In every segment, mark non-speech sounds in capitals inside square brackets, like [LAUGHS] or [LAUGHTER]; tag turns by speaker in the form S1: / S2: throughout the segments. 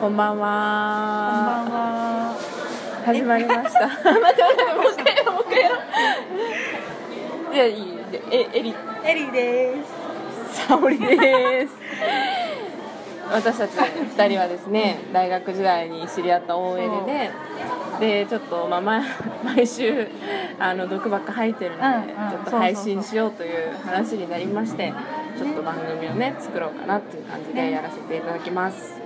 S1: こんばん
S2: こんばん
S1: は。
S2: は。
S1: 始まりました。待って待ってもう一回やろうもう一回やろう。いやいいえエリ
S2: エリーです。
S1: 沙織です。私たち二人はですね大学時代に知り合った OL で。でちょっと、まあ、毎毎週あの毒ばっか入ってるので、
S2: うんうん
S1: ちょっ
S2: そうそう
S1: と
S2: そう
S1: 配信しようという話になりましてちょっと番組をね作ろうかなっていう感じで
S2: ね
S1: やらせていただきます、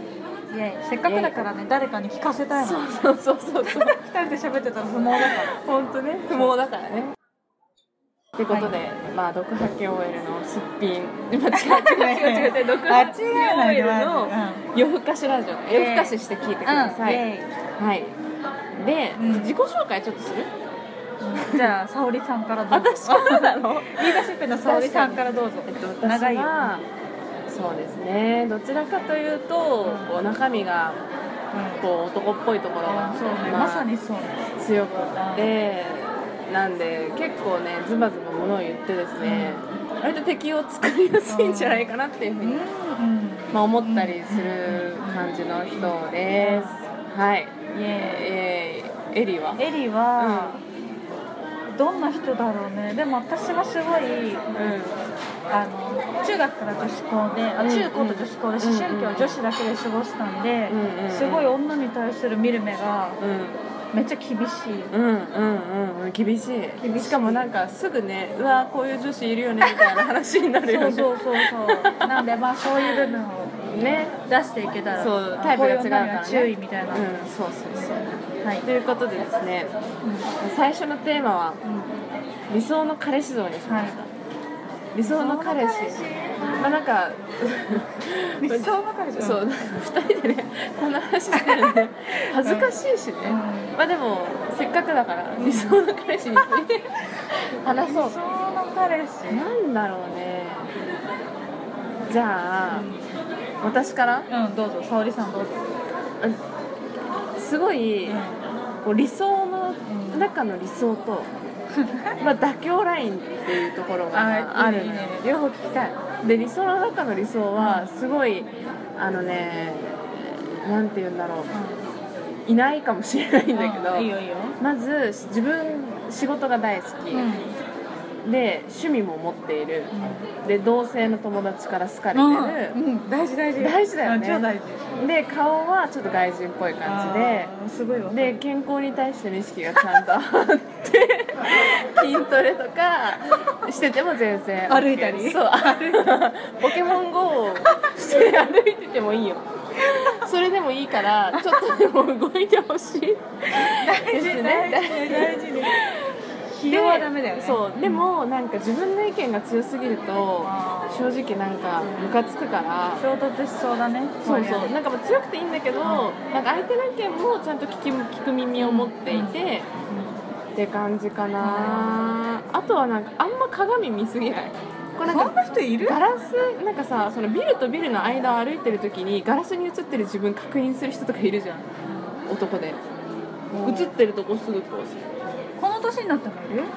S2: イエイせっかくだからね、誰かに聞かせたいの。
S1: そうそうそうそう
S2: 二人で喋ってたら不毛だから。
S1: 本当ね不毛だからねってことで、まあ毒吐き OL のすっぴん間違え違う違う違う毒
S2: 間
S1: 吐き
S2: 違えないで
S1: OL の夜更かしラジオ夜更かしして聞いてください、
S2: うんイエ
S1: はいで、
S2: うん
S1: 自己紹介ちょっとする
S2: イじゃあ、沙織さんからどうぞ。
S1: 私からなの
S2: リーダーシップの沙織さんからどうぞ。
S1: えっと、私
S2: 長いよ
S1: はそうですねどちらかというと、
S2: うん
S1: こう中身が
S2: うん
S1: こう男っぽいところが、
S2: そうね、
S1: まあ
S2: まさにそうね。
S1: 強くってなんで結構ねズバズバものを言ってですね、割と敵を作りやすいんじゃないかなっていうふう
S2: う
S1: に、
S2: ん。
S1: まあ、思ったりする感じの人です、はい
S2: イエ
S1: えー、エリは
S2: イエリーは、どんな人だろうね。でも私はすごい、
S1: う
S2: あの中学から女子校で、あ
S1: うん
S2: 中高と女子校で思春期は女子だけで過ごしたんで、
S1: うんうん
S2: すごい女に対する見る目が
S1: ん
S2: めっちゃ厳しい、
S1: うんうんうんうん厳しい
S2: 厳しい
S1: しかもなんかすぐねうわこういう女子いるよねみたいな話になるよ
S2: そう
S1: ね
S2: そうそう
S1: [LAUGHS]
S2: そうなんでまあそういう部分を
S1: ね
S2: 出していけたら
S1: そう
S2: あ
S1: タイプが違う
S2: こういう
S1: から
S2: 女に
S1: ね
S2: は注意みたい
S1: う
S2: な、
S1: んそうそうそう
S2: はい、
S1: ということでですね最初のテーマは理想の彼氏像にしました、
S2: は
S1: 理想の彼氏まあなんか
S2: [LAUGHS] 理想の彼氏
S1: そう2人でねこんな話してるんで恥ずかしいしね、
S2: うん
S1: まあでもせっかくだから理想の彼氏について話そう
S2: 理想の彼氏
S1: なんだろうねじゃあ私から
S2: うんどうぞ沙織さんどうぞ、
S1: すごい、こう理想の
S2: うん
S1: 中の理想と、まあ、妥協ラインっていうところが
S2: あ
S1: あ
S2: いい
S1: るのよ
S2: ねいいね
S1: 両方聞きたいで理想の中の理想
S2: う
S1: は
S2: ん
S1: すごいあのねなんて言うんだろういないかもしれないんだけど、
S2: うんいいよいいよ、
S1: まず自分仕事が大好き、
S2: うん
S1: で趣味も持っているで同性の友達から好かれてる、
S2: うん、大事大事
S1: 大事だよね
S2: うん超大事
S1: で顔はちょっと外人っぽい感じで
S2: あーすごいわ [LAUGHS]
S1: で健康に対しての意識がちゃんとあって [LAUGHS] 筋トレとかしてても全然 OK
S2: 歩いたり
S1: そう [LAUGHS] 歩いたりポケモン GO をして歩いててもいいよそれでもいいからちょっとでも動いてほしい
S2: 大
S1: です
S2: 事
S1: ね
S2: 大事大事ね
S1: で
S2: 疲労はダメだよね
S1: そうでもなんか自分の意見が強すぎると
S2: あー
S1: 正直なんかムカつくから
S2: 衝突しそうだね
S1: そうそうなんかまあ強くていいんだけどなんか相手の意見もちゃんと聞き聞く耳を持っていてって感じかなあとはなんかあんま鏡見すぎないこれなん
S2: そん
S1: か
S2: な人いる
S1: ガラスなんかさそのビルとビルの間を歩いてる時にガラスに映ってる自分確認する人とかいるじゃん男で映ってるとこすぐこう
S2: この年になってもいる思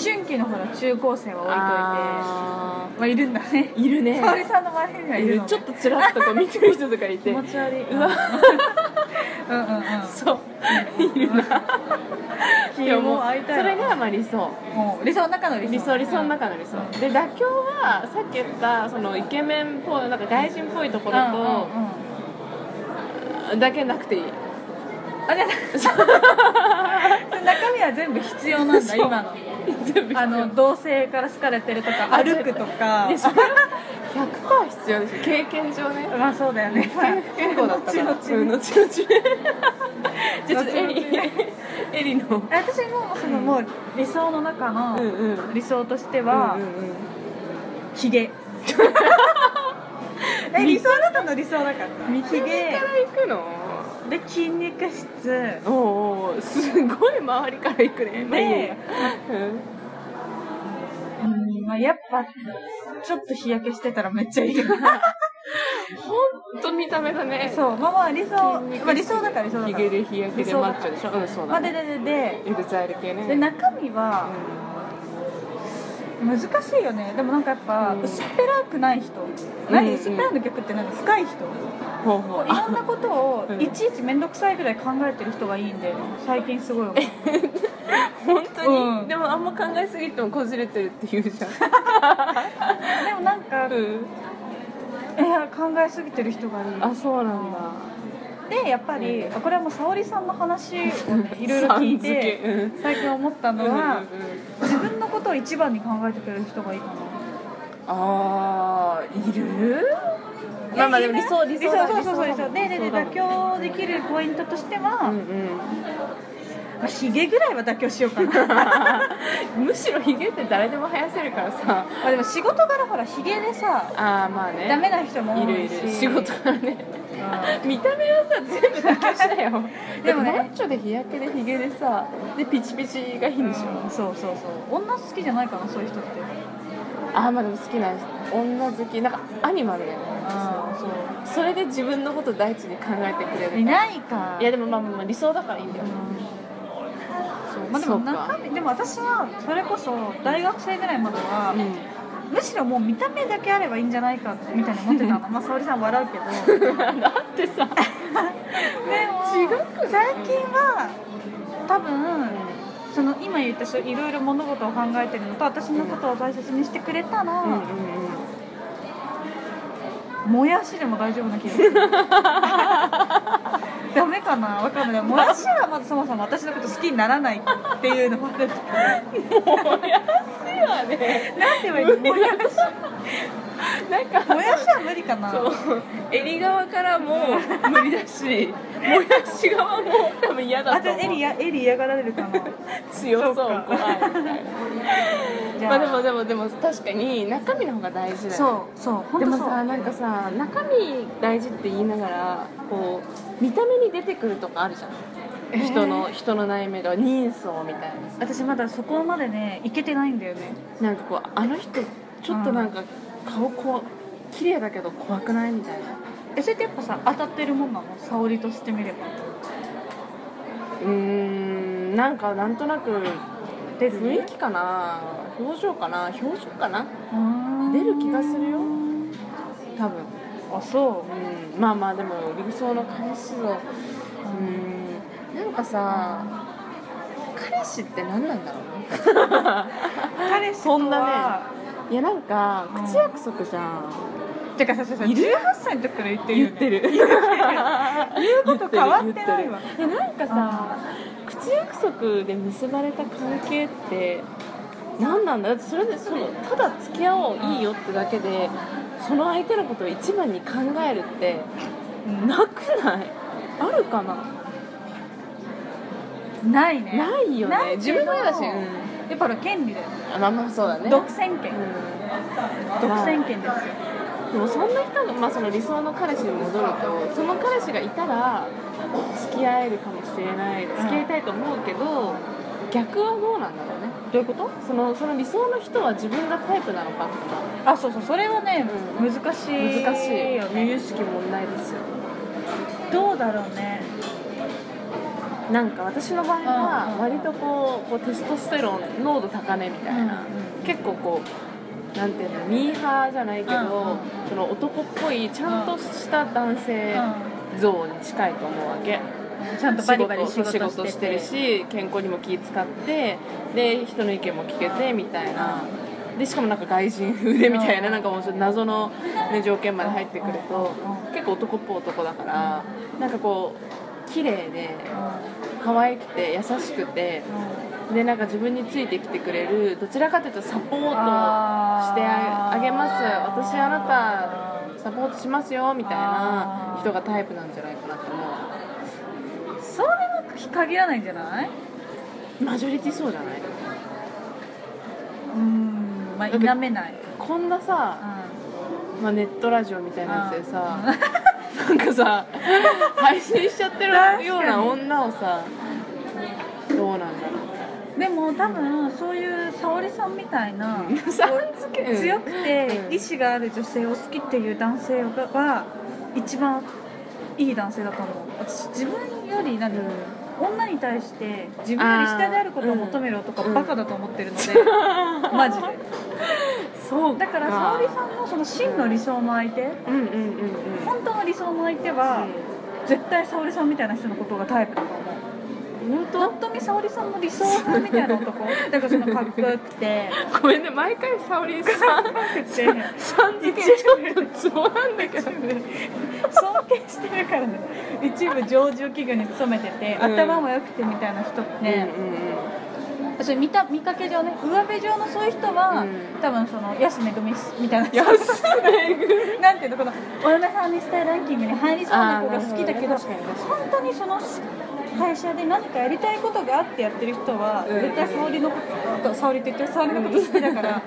S2: 春期のほら中高生は置いといて
S1: あ
S2: まあいるんだね
S1: ーいるね
S2: 沙織さんの周りにはい
S1: い
S2: る
S1: る
S2: のね
S1: ちょっとちらっとこう見てる人とかい
S2: 気
S1: て
S2: 持ち悪いう
S1: わ
S2: うんうんうん
S1: [LAUGHS] そう
S2: 気も開い
S1: そ
S2: たい
S1: れがまあ理想
S2: もう理想の中の理想
S1: 理想理想の中の理想で妥協はさっき言ったそのイケメンっぽいなんか外人っぽいとこ
S2: うんうんうん
S1: ろとだけなくていい
S2: あじ [LAUGHS]
S1: [LAUGHS]
S2: ゃあ中身は全部必要なんだ
S1: そう
S2: 今の
S1: 全部
S2: あの同性から好かれてるとか歩くとか
S1: でそれは100%必要ですよ経験上ね
S2: まあそうだよね
S1: 結構だったから
S2: 後々
S1: うん後々じゃあちょっとエリ
S2: 後々ね
S1: エリの
S2: [LAUGHS] 私もそのもう理想の中の
S1: うんうん
S2: 理想としては、
S1: うんうんうん
S2: ヒゲ [LAUGHS] え理想だったの理想なかったヒゲ
S1: から行くの
S2: で筋肉質
S1: おうおうすごい周りから行くねまあいいやいいやうん
S2: うんまあ、やっぱちょっと日焼けしてたらめっちゃいいな
S1: ほんと見た目だね
S2: そうまあまあ理想、
S1: 筋肉
S2: まあ、理想だから理想だ
S1: ヒ
S2: か
S1: ゲ
S2: ら
S1: で日焼けでマッチョでしょうんそう
S2: ま
S1: だ
S2: あ、で
S1: ね
S2: ででで
S1: エグザイル系ね
S2: で中身は、
S1: う
S2: 難しいよねでもなんかやっぱ、
S1: うん
S2: 薄っぺらくない人何、
S1: うん
S2: 薄っぺらの曲って何深い人
S1: ほうほう
S2: いろんなことを
S1: うん
S2: いちいち面倒くさいぐらい考えてる人がいいんで最近すごい思う
S1: 本当に、
S2: うん
S1: でもあんま考えすぎてもこじれてるって言うじゃん、
S2: でもなんか、
S1: うん、
S2: いや考えすぎてる人がいい
S1: あそうなんだ
S2: でやっぱり、これはもう沙織さんの話をねいろいろ聞いて
S1: うん
S2: 最近思ったの
S1: うんうん
S2: は、自分のことを一番に考えてくれる人がいいかな
S1: あーいるまあまあでも理想理想だ
S2: そうそうそうそう
S1: 理想だ
S2: ででで
S1: 理想だ
S2: 妥協できるポイントとしては、
S1: うん
S2: まあ、ヒゲぐらいは妥協しようかな
S1: うん、むしろヒゲって誰でも生やせるからさ
S2: まあでも仕事柄ほらヒゲでさ
S1: ああまあね
S2: ダメな人も多
S1: いるい
S2: いし
S1: る仕事がね
S2: う
S1: 見た目はさ全部妥協 [LAUGHS] したよ
S2: でも
S1: だ
S2: ね
S1: ってマッチョで日焼けでヒゲでさでピチピチがいいん
S2: ん
S1: でしょ、
S2: うんそうそうそう女好きじゃないかなそういう人って
S1: ああまあでも好きな女好きなんかアニマルだよね
S2: あそ
S1: それで自分のこと第一に考えてくれる
S2: ういないか
S1: いやでもまあまあまあ理想だからいいんだよ、
S2: そうまあ、で
S1: そ
S2: も
S1: うか
S2: 中身でも私はそれこそ大学生ぐらいまでは、
S1: う
S2: むしろもう見た目だけあればいいんじゃないかみたいな思っ
S1: [LAUGHS]
S2: てたのまあ沙織さん笑うけどでも
S1: ん、だってさ違くない
S2: 最近は多分その今言ったそういろいろ物事を考えてるのと私のことを大切にしてくれたら、
S1: うんうんうん
S2: もやしでも大丈夫な気がする [LAUGHS] ダメかなわかんないもやしはまずそもそも私のこと好きにならないっていうのもある
S1: もやしはね
S2: なんて言えばいいのもやし
S1: なんか
S2: もやしは無理かな
S1: そう襟側からも無理だしもやし側も多分嫌だ
S2: あ
S1: と
S2: と
S1: 思う
S2: エリやエリ嫌がられるかな
S1: 強そう
S2: そ
S1: 怖
S2: う
S1: い
S2: か
S1: みたいな
S2: じ
S1: まあでもでもでも確かに中身の方が大事だよね
S2: そうそう本
S1: で
S2: 当
S1: も
S2: そう
S1: さなんかさ中身大事って言いながらこう見た目に出てくるとかあるじゃん、
S2: えー
S1: 人の人の内面とか人相みたいなさ
S2: 私まだそこまでねいけてないんだよね
S1: なんかこうあの人ちょっとなんか顔こう綺麗だけど怖くないみたいな
S2: えそれってやっぱさ当たってるもんなの沙織としてみれば
S1: うーんなんかなんとなく
S2: 出る
S1: 雰囲気かな表情かな表情かな
S2: うーん
S1: 出る気がするよ多分
S2: あそ
S1: うんまあまあでも理想の彼氏像うんなんかさ彼氏って何なんだろうね
S2: う彼氏と
S1: そん
S2: は
S1: ないやなんか口約束じゃん、
S2: てかさささ
S1: い
S2: 18
S1: る
S2: 歳の時から言ってるよ
S1: 言
S2: ね
S1: ってる言
S2: 言うこと変わって
S1: 言っ
S2: な
S1: て
S2: い
S1: る
S2: わ
S1: えなんかさ口約束で結ばれた関係って何なんだだってそれでそのただ付き合おういいよってだけでその相手のことを一番に考えるってなくないあるかな
S2: ないね
S1: ないよ
S2: ない
S1: ね
S2: けど
S1: 自分も嫌だし、うん、
S2: やっぱり権利だよ
S1: あまあまあそうだね
S2: 独占権
S1: うん
S2: 独占権ですよ
S1: でもそんな人が、まあ、その理想の彼氏に戻るとその彼氏がいたら付き合えるかもしれない付き合いたいと思うけど、逆はどうなんだろうね
S2: どういうこと
S1: そのその理想の人は自分がタイプなのかとか
S2: あそうそうそれはね
S1: う
S2: 難し
S1: 難し
S2: い
S1: い
S2: よ
S1: 由々
S2: ね
S1: しき問題ですよ
S2: どうだろうね
S1: なんか私の場合
S2: うんう
S1: は
S2: ん
S1: 割とこうこうテストステロン濃度高めみたいな、結構こうなんていうのミーハーじゃないけど、
S2: うんうん
S1: その男っぽいちゃんとした男性像に近いと思うわけ、
S2: ちゃんとバリバリ仕事
S1: 仕事してるし健康にも気使ってで人の意見も聞けてみたいなでしかもなんか外人風でみたいななんかもうちょっと謎の、ね、条件まで入ってくると結構男っぽい男だからなんかこう綺麗で可愛くて優しくてでなんか自分についてきてくれるどちらかというとサポートしてああげます私あなサポートしますよみたいな人がタイプなんじゃないかなと思
S2: たそれは限らないんじゃないう
S1: マジョリティそうじゃない
S2: うんまあ
S1: だ
S2: 否
S1: って
S2: めない
S1: こんなさ、
S2: う
S1: まあ、ネットラジオみたい
S2: ん
S1: なやつでさ、なんかさ配信しちゃってるような女をさどうなんだろ
S2: うんでも多分そういう沙織さんみたいな
S1: うさん付け
S2: 強くて
S1: うん
S2: 意志がある女性を好きっていう男性が一番いい男性だと思う私自分より何、女に対して自分より下であることを求める男
S1: あー
S2: はバカだと思ってるので、マジで
S1: [LAUGHS] そう
S2: だから沙織さんのその真の理想の相手
S1: うんうんうんうん
S2: 本当の理想の相手は絶対沙織さんみたいな人のことがタイプだと思う
S1: 本
S2: 本当に沙織さんの理想派みたい
S1: [LAUGHS]
S2: な男だからそのかっこよくて
S1: 当ごめんね毎回沙織さん
S2: かっこよくて
S1: さん付けちょっとツボなんだけどね
S2: 尊敬してるからね一部上場企業に勤めてて、
S1: うん
S2: 頭も良くてみたいな人って、
S1: うんうんうん
S2: それ見た見かけ上ね上辺上のそういう人は、
S1: うん
S2: 多分その安めぐみみたいな人
S1: 安めぐ
S2: なんていうのこのお嫁さんにしたいランキングに入りそうな子が好きだけど
S1: あーなるほどね確かに確
S2: 本当にその会社で何かやりたいことがあってやってる人は、
S1: うん
S2: 絶対沙織のこと沙織って言ってる沙織のこと好きだから、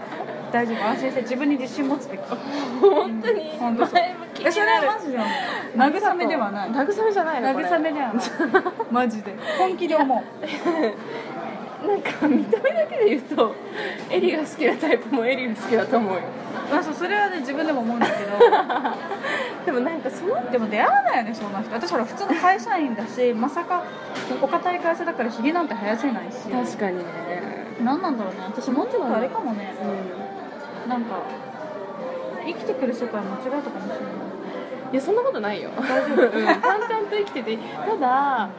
S2: 大丈夫安心して自分に自信持つべき
S1: 本当に
S2: 本当そう
S1: 前向き
S2: えそ
S1: に
S2: れ
S1: なる
S2: はマジで思う慰めではない
S1: 慰めじゃないのこれ
S2: 慰めではないマジで本気で思う
S1: なんか見た目だけで言うとエリが好きなタイプもエリが好きだと思うよ
S2: まあそうそれはね自分でも思うんだけど
S1: でもなんかその
S2: でも出会わないよねそんな人私ほら普通の会社員だしまさかお堅い会社だからヒゲなんて生やせないし
S1: 確かにね
S2: 何なんだろうね私もうちょっとあれかもね
S1: うん
S2: なんか生きてくる世界間違えたかもしれない
S1: いやそんなことないよ大丈夫、うん、淡々と生きててただあ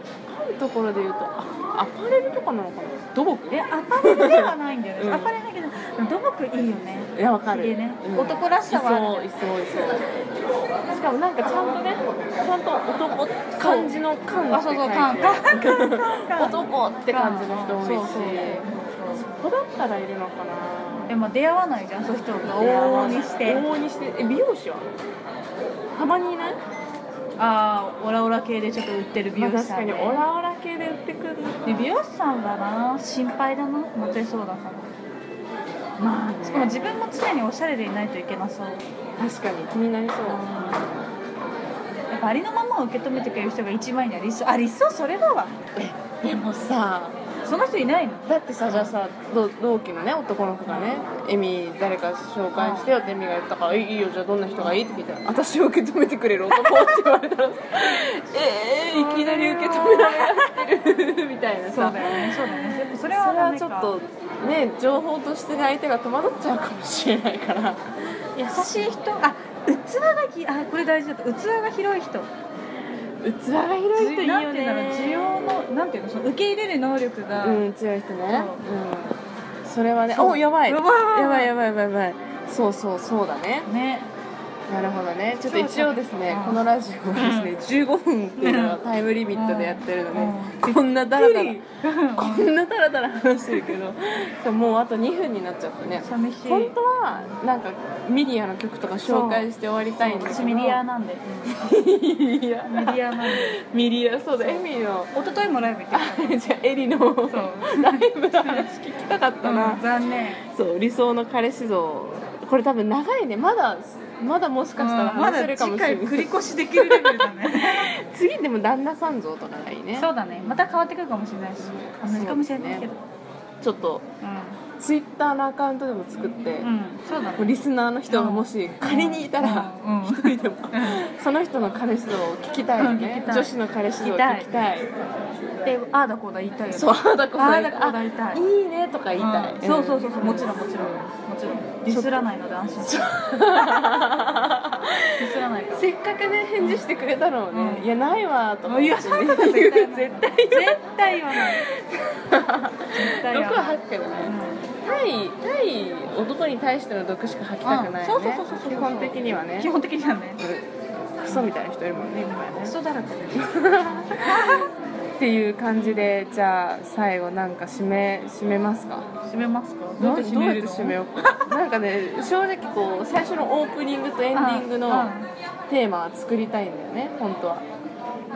S1: るところで言うとあアパレルとかなのかな土木
S2: えアパレルではないんだよね、
S1: うん
S2: アパレルだけどでも土木いいよね
S1: いやわかる、
S2: ヒゲね
S1: うん
S2: 男らしさはある
S1: いそういそういそうしかもなんかちゃんとねちゃんと男感じの感って
S2: あそうそうカン
S1: 書いてあ
S2: カ
S1: る
S2: ンカンカンカン
S1: 男って感じの人多いし
S2: そうそうそう
S1: ここだったらいるのかな
S2: えまあ出会わないじゃんそういう人が往々にして
S1: 往々にしてえ美容師はたまにいない、
S2: ああオラオラ系でちょっと売ってる美
S1: まあ、
S2: 容師
S1: 確
S2: さ
S1: か
S2: ん
S1: に
S2: で,、
S1: オラオラ系で売ってくるのか
S2: で美容師さんだな心配だなモテそうだから
S1: まあ、
S2: しかも自分も常におしゃれでいないといけなそう、
S1: 確かに気になりそう
S2: やっぱありのままを受け止めてくれる人が一枚には理想あ理想それだわ
S1: でもさ
S2: その人いないの
S1: だってさじゃあさ同同期のね男の子がね「エミ誰か紹介してよ」ってエミが言ったから「えいいよじゃあどんな人がいい?」って聞いたら「私を受け止めてくれる男」って言われたら「 [LAUGHS] えー、いきなり受け止められてる」みたいなさ
S2: よねそうだよねやっぱそ
S1: そ
S2: れ
S1: れ
S2: はダ
S1: は
S2: メ
S1: ち
S2: か
S1: ょっとね情報としてね相手が戸惑っちゃうかもしれないから
S2: 優しい人あ器がきあこれ大事だった器が広い人
S1: 器が広い人いい
S2: なん
S1: よ
S2: ていうんだろう需
S1: ね
S2: 要のなんていうのその受け入れる能力が、
S1: うん強い人ね
S2: そう
S1: うんそれはねおやばい
S2: や
S1: や
S2: ばい
S1: ばいやばいやばいやばいそうそうそうだね
S2: ね
S1: なるほどねちょっと一応ですね
S2: うん
S1: このラジオはですね15分っていうのがタイムリミットでやってるので、こんなダラダラこんなダラダラ話してるけどもうあと2分になっちゃったね
S2: 寂しい
S1: 本当はなんかミディアの曲とか紹介して終わりたいんです
S2: 私
S1: けど
S2: メディアなんで
S1: ミリア
S2: メディアな
S1: [LAUGHS]
S2: んで
S1: ミリアそうだエミの
S2: 一昨日もライブ行ってきた
S1: じゃあエリの [LAUGHS] ライブの話聞きたかったな、
S2: 残念
S1: そう理想の彼氏像これ多分長いねまだまだもしかしたら話せるかもしれない、
S2: まだ次回繰り越しできるレベルだ
S1: [LAUGHS]
S2: ね
S1: 次でも旦那さん像とかがいいね
S2: [LAUGHS] そうだねまた変わってくるかもしれないし同じかもしれないけどう,、
S1: ちょっとツイッターのアカウントでも作って、
S2: ん、うん、そうだね
S1: リスナーの人がもし仮にいたら
S2: うん
S1: 一人でもその人の彼氏像を聞きたいよね、
S2: うん聞きたい
S1: 女子の彼氏像を聞きたい
S2: でああだこうだ言いたいよね
S1: そうあだこ
S2: あ
S1: だ
S2: あ
S1: い
S2: だこうだ言いたい
S1: いいねとか言いたい、
S2: うんそうそうそうそうもちろんもちろんもちろんディスらないので安心してディスらないか
S1: [LAUGHS]
S2: ら
S1: せっかくね返事してくれたのをね、
S2: うん
S1: いやないわとか
S2: い
S1: 言
S2: や
S1: って
S2: そ
S1: ね
S2: ういうこと [LAUGHS] 絶対ない
S1: 絶対
S2: 絶対言わない絶対言わ
S1: 毒は
S2: な
S1: 吐
S2: い
S1: くけどね
S2: うん
S1: 対対男に対しての毒しか吐きたくない
S2: そ
S1: よ
S2: うそう
S1: ね
S2: そうそうそう
S1: 基本的にはね
S2: 基本的にはね
S1: クソみたいな人いるもんね今やね
S2: クソだらけ [LAUGHS]
S1: っていう感じでじゃあ最後なんか締め締めますか
S2: 閉めますか
S1: どうやって締めようか
S2: [LAUGHS]
S1: なんかね正直こう最初のオープニングとエンディング
S2: うんう
S1: の
S2: ん
S1: テーマは作りたいんだよね本当は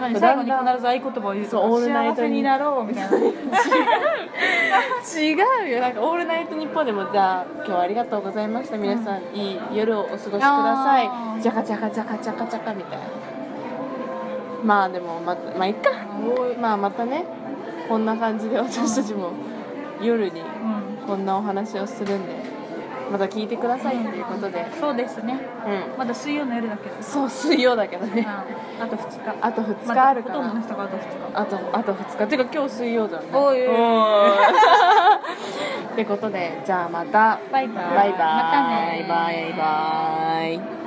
S2: 何最後に必ず合言葉を言うと
S1: そう
S2: か
S1: オールナイ
S2: 幸
S1: ト
S2: せ
S1: に
S2: になろうみ
S1: [LAUGHS]
S2: たいな
S1: 違うよなんか「オールナイトニッポン」でもじゃあ今日はありがとうございました皆さん、いい夜をお過ごしください
S2: あー
S1: じゃかじゃかじゃかじゃかじゃかみたいなまあでもまたまあいっかまあまたねこんな感じで私たちも夜に
S2: うん
S1: こんなお話をするんでまた聞いてくださいっていうことで
S2: そうですね
S1: うん
S2: まだ水曜の夜だけど
S1: そう水曜だけどね
S2: あと2日
S1: あと2日あるから、
S2: またほとんどの人があと2日
S1: あとあと2日てか今日水曜だよね
S2: おいおいおい
S1: おー [LAUGHS] ってことでじゃあまた
S2: バイバ
S1: バ
S2: イ
S1: イバイ
S2: またね
S1: バイバイ